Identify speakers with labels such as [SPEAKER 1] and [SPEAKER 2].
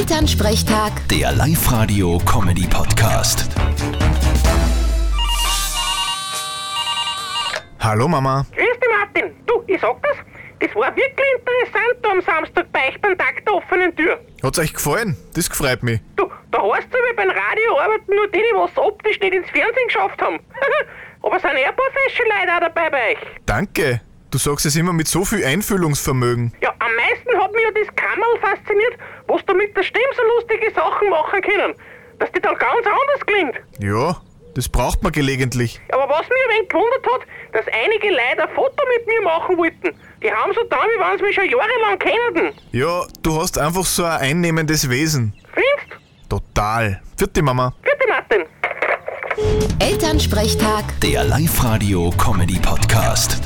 [SPEAKER 1] Elternsprechtag,
[SPEAKER 2] Der Live-Radio-Comedy-Podcast.
[SPEAKER 3] Hallo Mama.
[SPEAKER 4] Grüß dich, Martin. Du, ich sag das, das war wirklich interessant da am Samstag bei euch beim Tag der offenen Tür.
[SPEAKER 3] Hat's euch gefallen? Das gefreut mich.
[SPEAKER 4] Du, da hast du wie beim Radio arbeiten nur die, die was optisch nicht ins Fernsehen geschafft haben. Aber sind eher ein paar fesche Leute auch dabei bei euch.
[SPEAKER 3] Danke. Du sagst es immer mit so viel Einfühlungsvermögen.
[SPEAKER 4] Ja, am meisten hat mich ja das Kammerl fasziniert, was du mit der Stimme so lustige Sachen machen können. Dass die dann ganz anders klingt.
[SPEAKER 3] Ja, das braucht man gelegentlich.
[SPEAKER 4] Aber was mich ein wenig gewundert hat, dass einige Leute ein Foto mit mir machen wollten. Die haben so da, wie wenn sie mich schon jahrelang kennten.
[SPEAKER 3] Ja, du hast einfach so ein einnehmendes Wesen.
[SPEAKER 4] Findest?
[SPEAKER 3] Total. Vierte Mama.
[SPEAKER 4] Bitte, Martin.
[SPEAKER 1] Elternsprechtag.
[SPEAKER 2] Der Live-Radio-Comedy-Podcast.